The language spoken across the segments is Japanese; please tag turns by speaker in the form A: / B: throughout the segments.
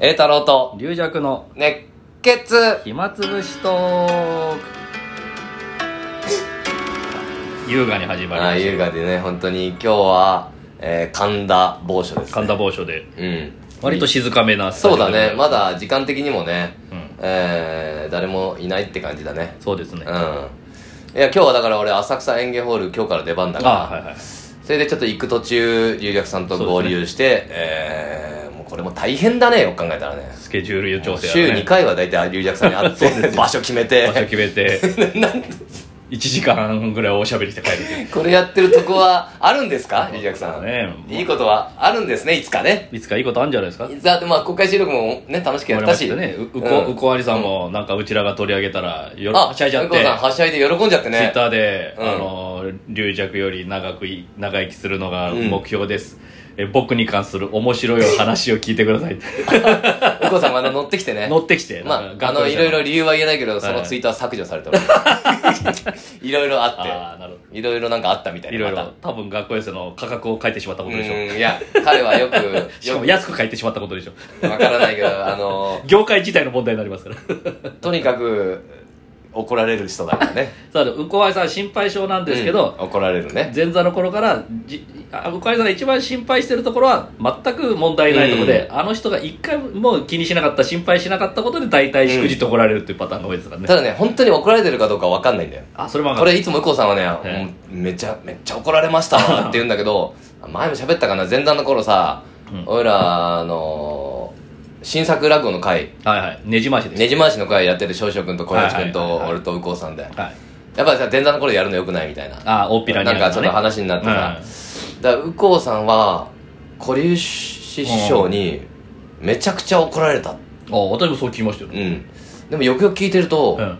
A: 栄太郎と
B: 龍弱の
A: 熱血
B: 暇つぶしトーク優雅に始まり
A: ああ
B: ま
A: 優
B: し
A: 雅でね本当に今日は、えー神田某所です、
B: た
A: ね、
B: 神田某所で
A: うん
B: 割と静かめなスタジ
A: そ
B: オ
A: うだねまだ時間的にもね、
B: うん
A: えー誰もいないって感じだね
B: そうです
A: うん
B: ね
A: いや今日はだから俺浅草園芸ホール今日から出番だから、
B: あはいはい
A: それでちょっと行く途中龍角さんと合流して、えーもうこれも大変だねよく考えたらね
B: スケジュール調整
A: 週
B: や
A: 2
B: ね
A: 回は大体龍角さんに会っ
B: そうで
A: て
B: す
A: 場所決めて
B: 場所決めて 1時間ぐらいおしゃべりして帰るっていう
A: これやってるとこはあるんですか龍角さん、
B: ね
A: いいことはあるんですねいつかね
B: いつかいいことあるんじゃないですか
A: いつだってまあ公開収録もね楽しくやったし
B: 我々もやってねうう
A: う
B: こ
A: ん
B: うこありさんもなんかうちらが取り上げたらよろ
A: あ
B: はしゃいじゃっ
A: うこ
B: て
A: さんはしゃいで喜んじゃって
B: ツイ
A: ね
B: ッターで、
A: うん
B: あの龍弱より長くい長生きするのが
A: うん
B: 目標です、え僕に関する面白いお話を聞いてください
A: うこさんまだ乗ってきてね
B: 乗ってきて
A: ま
B: なん
A: あ
B: か
A: あの
B: 学校
A: い
B: 生
A: ろいろ理由は言えないけど
B: い
A: そのツイートは削除されてる いろいろあ
B: ああなる
A: っ
B: ほ
A: ていろいろなんかあったみた
B: ど
A: い
B: い
A: な
B: ろい
A: ま
B: ろ多分学校寄せの価格を書いてしまった
A: たう
B: ことでしょ
A: んいや彼はよく
B: しか
A: よ
B: も安く書いてしまったことで しょ
A: くわからないけどあ の
B: 業界自体の問題になりますから
A: とにかく怒られる人だからね
B: さあうこありさん心配性なんですけど、
A: うん怒られるね
B: 前座の頃からじあ鵜飼さんが一番心配してるところは全く問題ないところで、あの人が一回も気にしなかった心配しなかったことで大体しくじって怒られるっていうパターンが多いですからね、
A: ただね本当に怒られてるかどうかわかんないんだよ
B: あそれも分
A: こ
B: かる
A: れいつも右近さんはね、も
B: え
A: うめちゃめちゃ怒られましたわって言うんだけど前も喋ったかな前段の頃さ、
B: うん
A: 俺らあの新作落語の回
B: はいはいねじ回しです、
A: ねじ回しの回やってる少々君と小林君
B: はいはい
A: と
B: はいはい
A: 俺と右近さんでやっ
B: はい、
A: ぱりさ前座の頃やるのよくないみたいな
B: あ大っぴらにや
A: なん
B: る
A: かちょっと
B: ね
A: 話になってさ、だから右近さんは小龍師匠にめちゃくちゃ怒られた
B: うん、あ私もそう聞きましたよ、
A: うん、でもよくよく聞いてると、
B: うん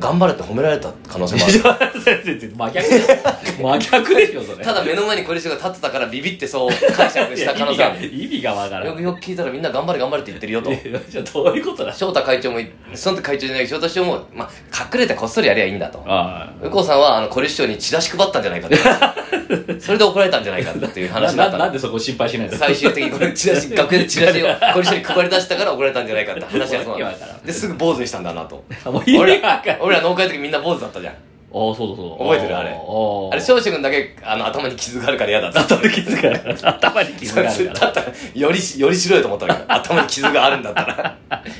A: 頑張れって褒められた可能性もある
B: 全然 真逆でしょ真逆でしょそれ
A: ただ目の前に小林が立ってたからビビってそう解釈
B: い
A: した
B: や
A: 可能
B: 意味
A: 性あ
B: が
A: る
B: 意味が分から
A: よ
B: ん
A: くよく聞いたらみんな頑張れ頑張れって言ってるよと
B: いやじゃあどういうことだ
A: 翔太会長もその時会長じゃないけど翔太師匠も、まあ、隠れてこっそりやりゃいいんだと
B: あ
A: 右近さんはあの小林師匠にチラシ配ったんじゃないかって それで怒られたんじゃないかっていう
B: あ
A: 話
B: な
A: になっ
B: な
A: た
B: なん
A: の
B: でそこ心配しないんですか
A: 最終的にこれチラシ学園でチラシ を小林師匠に配り出したから怒られたんじゃないかって話がそう
B: わけ
A: な
B: わ
A: の
B: からん
A: ですぐ坊主にしたんだなと
B: もう意味
A: 俺
B: が分からん
A: ら俺ら農会の時みんな坊主だったじゃん
B: ああ、そうだそうだ。
A: 覚えてるあれ
B: ー
A: あれ翔士君だけあの頭に傷があるから嫌だった
B: 頭に傷がある。頭に傷があるか
A: だ
B: ら。
A: ったらよりしより白いと思ったわけど頭に傷があるんだった ら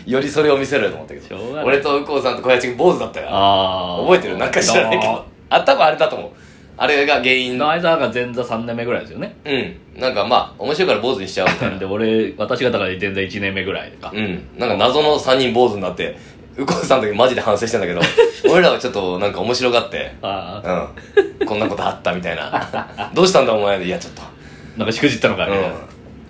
A: よりそれを見せろよと思ったけ
B: しょうがな
A: ど
B: い
A: 俺と右近さんと小林君坊主だったよ
B: ああ。
A: 覚えてるなんか知らないけどあ多分あれだと思うあれが原因
B: ナイザーが前座3年目ぐらいですよね。
A: うんなんかまあ面白いから坊主にしちゃおうみ たいな
B: で、俺、私がだから前座1年目ぐらいか。
A: うんなんか謎の3人坊主になって右近さんの時マジで反省してんだけ ど俺らはちょっとなんか面白がって
B: ああ。
A: うんこんなことあったみたい などうしたんだお前いやちょっと
B: なんかしくじったのか、ね
A: うん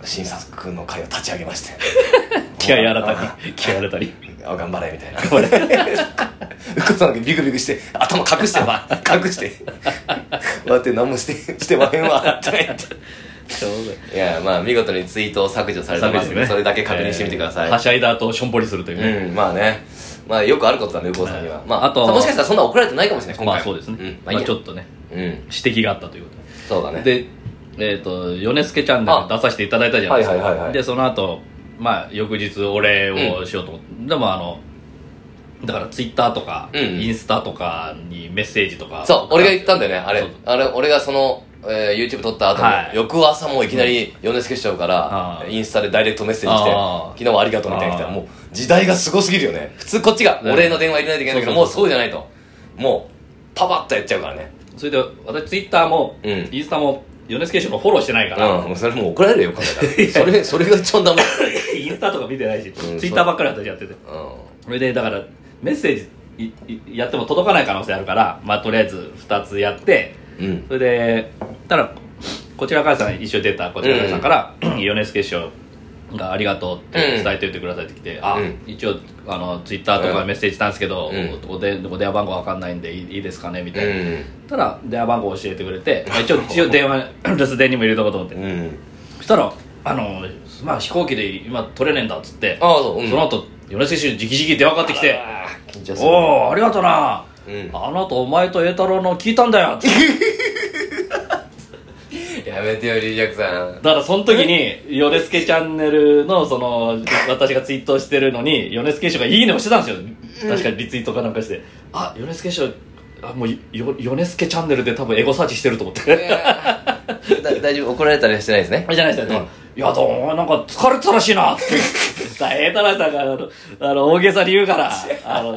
A: 新作の会を立ち上げまして
B: 気合新たに。気合新たに。
A: あ頑張れみたいな うっこさんだけビクビクして頭隠してば隠して待って何もしてしてまへんわって言って
B: しょうがない
A: いやまあ見事にツイートを削除されてますんで、それだけ確認してみてください、
B: えーはしゃいだ後、しょんぼりするというね。
A: うんまあねまあよくあることだねうこさんには、まあ
B: あと
A: もしかしたらそんな怒られてないかもしれない今回
B: ま
A: は
B: あそうですね。
A: んまあ
B: ま
A: いい
B: あ
A: や
B: ちょっとね、
A: うん
B: 指摘があったということで。
A: そうだね
B: で、えっ、と、米助チャンネル出させていただいたじゃないですか。
A: はいはいはいはい
B: で、その後、まあ、翌日お礼をしようと思って、でもあの、だからツイッターとか、
A: うん
B: インスタとかにメッセージとか。
A: そう俺が言ったんだよねあれ
B: そう
A: あれ俺がその、えー YouTube 撮った後も、
B: はい
A: 翌朝もういきなり米助師匠か
B: あ
A: ら
B: ー
A: インスタでダイレクトメッセージして
B: あ
A: 「
B: ー
A: 昨日はありがとう」みたいに来たら
B: あー
A: もう時代がすごすぎるよね普通こっちが
B: ね
A: お礼の電話入れないといけないけど
B: そ
A: もう
B: うそう
A: そうじゃないともうパパッとやっちゃうからね
B: それで、私ツイッターも、
A: うん
B: インスタも、米助師匠のフォローしてないか
A: うん
B: ら、
A: もうそれもう怒られるよ考 えたらそれそれが一番ダメ、
B: インスタとか見てないし、
A: うん
B: ツイッターばっかり私やってて。
A: う
B: それで、だから、メッセージいいやっても届かない可能性あるから、まあ、とりあえず2つやって、
A: んうん
B: それでただこちらからさん一緒に出たこちらからさんから「米助師匠がありがとう」って伝えておいてくださいってきて「あ、
A: うん
B: 一応あのツイッターとかメッセージしたんですけど、
A: う
B: おでお電話番号わかんないんでいいいいですかね」みた
A: う
B: いな、
A: ん
B: たら電話番号教えてくれて、 まあ一応一応電話留守電にも入れとこうと思って、
A: うん
B: そしたらあの、まあ、飛行機で今取れねえんだっつって
A: ああそううん
B: その後米助師匠直々電話かかってきて
A: あー緊
B: 「
A: 張する
B: おおありがとな」
A: うん
B: あの後お前と栄太郎の聞いたんだよって
A: いややめてよリリアクさん
B: だからその時に、ヨネスケチャンネルの、その、私がツイートしてるのに、ヨネスケ師匠がいいねをしてたんですよ。確かにリツイートかなんかして。あ、ヨネスケ師匠、あ、もう、よヨネスケチャンネルで多分エゴサーチしてると思って。
A: だ大丈夫怒られたりはしてないですね
B: あじゃないですよ。いや、どうも、なんか疲れてたらしいなって。大変だな、なんか、あの、あの大げさに言うから、あの、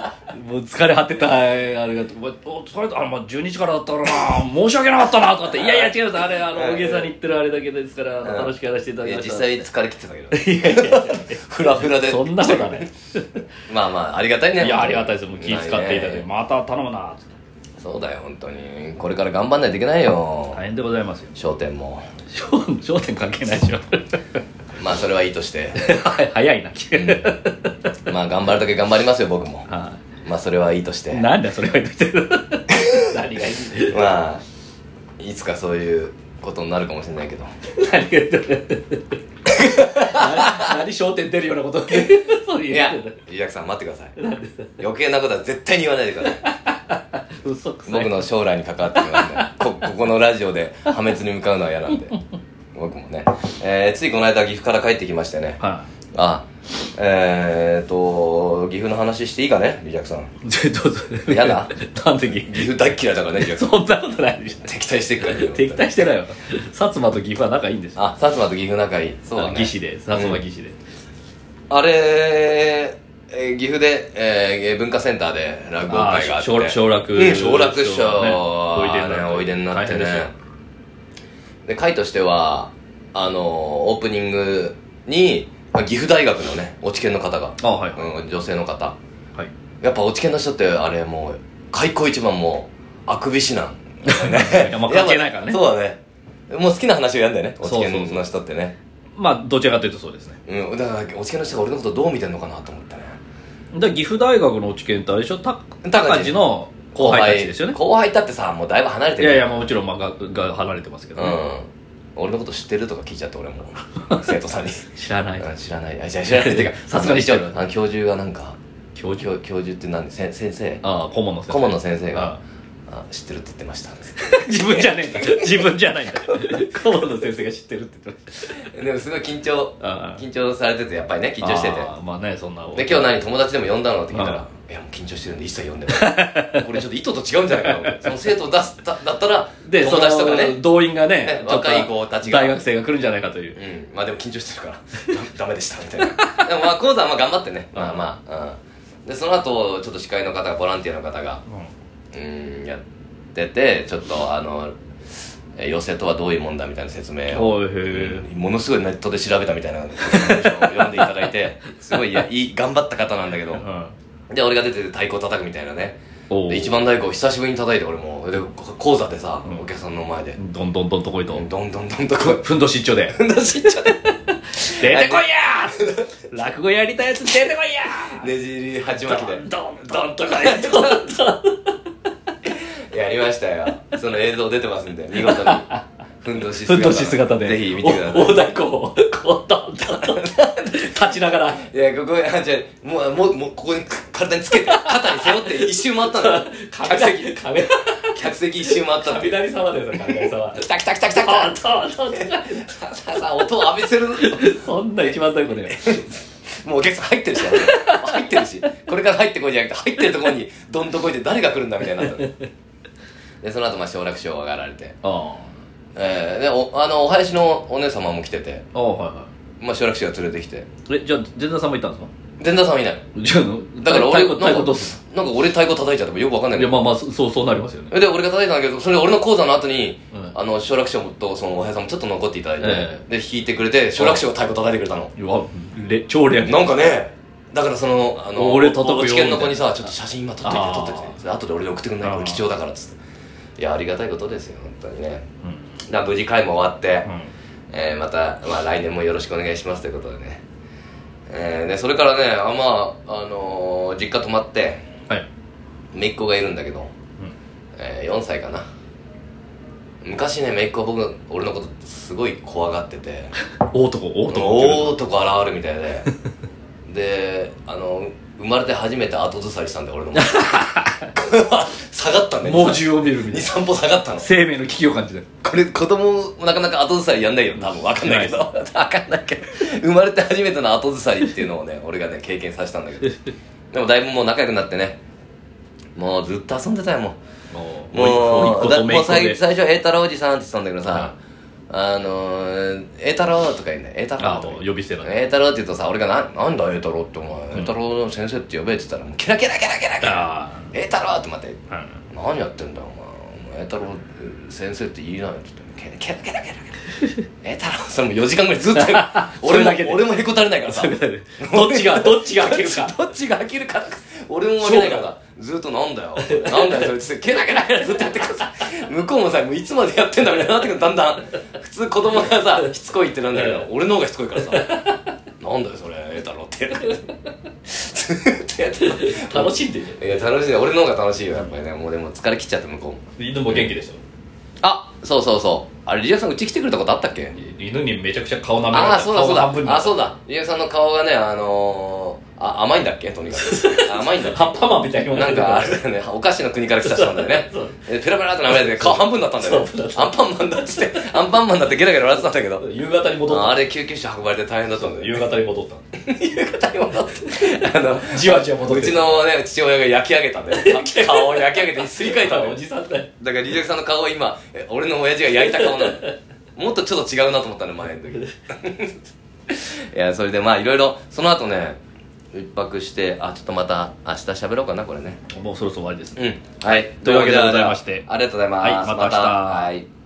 B: もう疲れ果てた、あれが、お疲れた、あの、まあ、12時からだったからな、申し訳なかったな、とかって、いやいや違うです、あれ、あの、大げさに言ってるあれだけですから、あの楽しくやらせていただ
A: い
B: き
A: や
B: まし
A: 実
B: た。
A: 際疲れ切ってたけど
B: いやいやいや
A: フラフラで
B: そんなことはね。
A: まあまあありがたいね
B: いや、ありがたいですよ。もう気使っていただいて、
A: ね
B: また頼むな、つって。
A: そうだよ本当にこれから頑張んないといけないよ
B: 大変でございますよ。
A: 商店も
B: 焦焦点関係ないでしょ。
A: まあそれはいいとして
B: はい 早いな、
A: まあ頑張るだけ頑張りますよ僕も
B: は
A: まあそれはいいとし
B: い
A: て
B: なんだ、それは言ってる。 何がいい
A: まあいつかそういうことになるかもしれないけど
B: 何言ってる何何焦点出るようなことを言ってそう
A: い
B: 言
A: や
B: ってる
A: リラクさん待ってください余計なことは絶対に言わないでください
B: 嘘くさい
A: 僕の将来に関わってくるんでこここのラジオで破滅に向かうのは嫌なんで僕もね、えーついこの間岐阜から帰ってきましてね
B: は
A: あえー、っと岐阜の話していいかねリラクさん
B: いちょどうぞ
A: やだ
B: なんで岐
A: 岐阜大っ嫌いだからねリラクさん
B: そんなことないでしょ
A: 敵対してっからね
B: 敵対してないよ薩摩と岐阜は仲いいんですよ
A: あ薩摩と岐阜仲いいそうだ
B: あ
A: ね
B: の義士で薩摩義士で、
A: あれ、えー岐阜で、えー文化センターで落語会があって
B: あー小楽
A: うん小楽師匠
B: 小
A: おい
B: 楽
A: で
B: ね
A: になっておいでになって
B: 大変ですよ
A: ねで会としてはあのーオープニングに、まあ、岐阜大学のね落研の方が、
B: あはいはい、
A: うん、女性の方
B: はい
A: やっぱ落研の人ってあれもう開口一番もうあくび指南
B: いやまあ関係ないからね
A: そうだねもう好きな話をやんだよね落
B: そうそうそう
A: 研の人ってね
B: まあどちらかというとそうですね
A: うんだから落研の人が俺のことどう見てんのかなと思ってね
B: で岐阜大学の落研ってあれでしょた
A: 高
B: 高
A: 知
B: 知の後輩たちですよね
A: 後輩だってさもうだいぶ離れて
B: い
A: る
B: やいやまあもちろん、まあ、がが離れてますけど、
A: う
B: ね
A: ん俺のこと知ってるとか聞いちゃって俺 も生徒さんに
B: 知らない
A: うん知らないあじゃあ知らないっていうか
B: さす がに知ってる
A: あの教授がなんか
B: 教授
A: 教教授って何せん先生
B: ああ顧問の先生
A: 顧問の先生
B: あ
A: があ知ってるって言ってました
B: 自分じゃね えんだ自分じゃないんだ顧問の先生が知ってるって言ってまし
A: でもすごい緊張
B: ああ
A: 緊張されててやっぱりね緊張してて
B: ああまあねそんな
A: で今日何友達でも呼んだのって聞いた
B: あ
A: ら「いやもう緊張してるんで一切呼んでないこれちょっと意図と違うんじゃないかなと思ってその生徒だすだだったら
B: で
A: 友達とかね
B: その動員がね
A: ね
B: ちょっと
A: 若い子たちが
B: 大学生が来るんじゃないかという
A: うん、まあでも緊張してるからダメでしたみたいなでもまあ講座はまあ頑張ってねまあまあ、うん、でその後ちょっと司会の方がボランティアの方がうんやっててちょっとあのえー寄せとはどういうもんだみたいな説明を
B: おうへえ
A: うんものすごいネットで調べたみたいな読んでいただいてすごいいやいい頑張った方なんだけど
B: うん
A: で俺が出てて太鼓叩くみたいなね
B: おう
A: で一番太鼓を久しぶりに叩いて俺もで講座でさ、
B: うん
A: お客さんの前で、
B: どんどんどんとこいと
A: どんどんどんとこう
B: ふんどし一丁で
A: 出しちゃって
B: 出てこいやー 落語やりたいやつ出てこいや
A: ねじり鉢巻きで
B: ーどんどんとこいどんどん
A: やりましたよその映像出てますんで見事にふんどし
B: ふん
A: 姿
B: どし姿で
A: ぜひ見てくださ
B: お大太鼓をこうどんどんどんどん立ちながら
A: いいやここあじゃあもうもうもうここにく体につけて肩に背負って一周回ったんだよ客席
B: 雷
A: 客席一周回ったっていう
B: 雷様だよ雷様
A: 来た来た来た来た来
B: あ
A: た
B: どんどんどんどん
A: さあさあさあ音を浴びせる
B: そんな一番最後だよ。
A: もうお客さん入ってるし入ってるしこれから入ってこいじゃなくて入ってるところにどんとこいて誰が来るんだみたいになったのでその後まあ奨楽師匠が上がられて、
B: あ
A: えー、でおあのお囃子のお姉様も来てて
B: あ。ああ、はいは
A: まあ奨楽師匠が連れてきて
B: い。え、じゃあ、前座さんもいたんですか
A: 前田さんはいない
B: じゃあ、
A: だから俺
B: 太鼓、太
A: なん
B: 鼓ど
A: か
B: うす
A: なんか俺太鼓叩いちゃってもよくわかんない
B: い
A: け
B: や、
A: ど
B: まあまあ、そそう、そうなりますよね。
A: で俺が叩いたんだけどそれ俺の講座の後に、
B: うん
A: あの奨楽師匠とそのお部屋さんもちょっと残っていただいて、
B: え
A: で弾いてくれて奨楽師匠が太鼓叩いてくれたの、
B: うわ、れ超レア。
A: なんかねだからそのあの
B: 俺叩くよ
A: お知見の子に
B: みたい
A: さちょっと写真今撮っとい
B: あ
A: て撮っ
B: ー
A: といてそれ後で俺に送ってくんない
B: あー
A: これ貴重だからっつっていやありがたいことですよ本当にね
B: うん。
A: だから無事会も終わって、
B: うん
A: えーまた、まあ、来年もよろしくお願いしますということでね、えーでそれからねあまああのー実家泊まって
B: はい。
A: 姪っ子がいるんだけど、えー4歳かな昔ね姪っ子は僕俺のことすごい怖がってて
B: 大男、大男。
A: おーとか現るみたいでであの生まれて初めて後ずさりしたんで俺のも下がったんだよ
B: 猛獣を見るみたいな
A: 23歩下がったの
B: 生命の危機を感じた
A: これ子供もなかなか後ずさりやんないよ多分分かんないけど 分かんないけど生まれて初めての後ずさりっていうのをね俺がね経験させたんだけどでもだいぶもう仲良くなってねもうずっと遊んでたよも
B: も
A: うもうだもう最
B: で
A: 最初「栄太郎おじさん」って言ってたんだけど
B: は
A: さ「あのー栄太郎」とか言うんだよ栄太郎
B: あ
A: とか
B: もう呼び捨てだね
A: 栄太郎って言うとさ俺がな「なんだ栄太郎ってお前栄太郎の先生って呼べ」って言ったらもうケラケラケラケラケラ
B: あ
A: 栄太郎って待って
B: あ
A: 何やってんだよお前栄太郎先生って言いなよって言ってケラケラケラ ケラ栄太郎それも4時間ぐらいずっと
B: そ
A: 俺
B: れ
A: も
B: だけで
A: 俺もへこたれないからさ
B: どっちがどっちが開けるか
A: どっちが飽きるか俺も負けないからさずっとなんだよなんだよそれつってケラケラケラずっとやってくるさ向こうもさもういつまでやってんだみたいになってくるだんだん普通子供がさしつこいってなんだけど俺の方がしつこいからさなんだよそれ栄太郎ってずっとやってた
B: 楽しんでる
A: いや楽しい俺の方が楽しいよやっぱりねもうでも疲れ切っちゃって向こうも
B: 犬も元気でしょ
A: あそうそうそうあれリアさんうち来てくれたことあったっけ
B: 犬にめちゃくちゃ顔舐められ
A: あ
B: た
A: あそうだそう
B: 顔半分
A: だあそうだリアさんの顔がねあのー、あ甘いんだっけとにかく 甘いんだっ
B: ハッパマンみ たいに
A: けなんかあれだよねお菓子の国から来た人なんだよね
B: そう
A: えペラペラって舐められて顔半分だったんだよね
B: そう
A: アンパンマンだっつってアンパンマンだってゲラゲラ笑ってたんだけど
B: 夕方に戻
A: ああ
B: っ
A: れ救急車運ばれて大変だったん
B: た
A: だよね
B: 夕方に戻っ
A: 夕方に戻ってあの
B: たじわじわ戻って
A: うちのね父親が焼き上げたんだよ顔を焼き上げてすり替えたんだ
B: お
A: よ
B: じさんだよ
A: だからリジェクさんの顔は今え俺の親父が焼いた顔なのもっとちょっと違うなと思ったの前の時 いやそれでまあいろいろその後ね一泊してあちょっとまた明日喋ろうかなこれね
B: もうそろそろ終わりです
A: うんはい
B: というわけでございまして
A: ありがとうございます、
B: はいまた明日
A: はい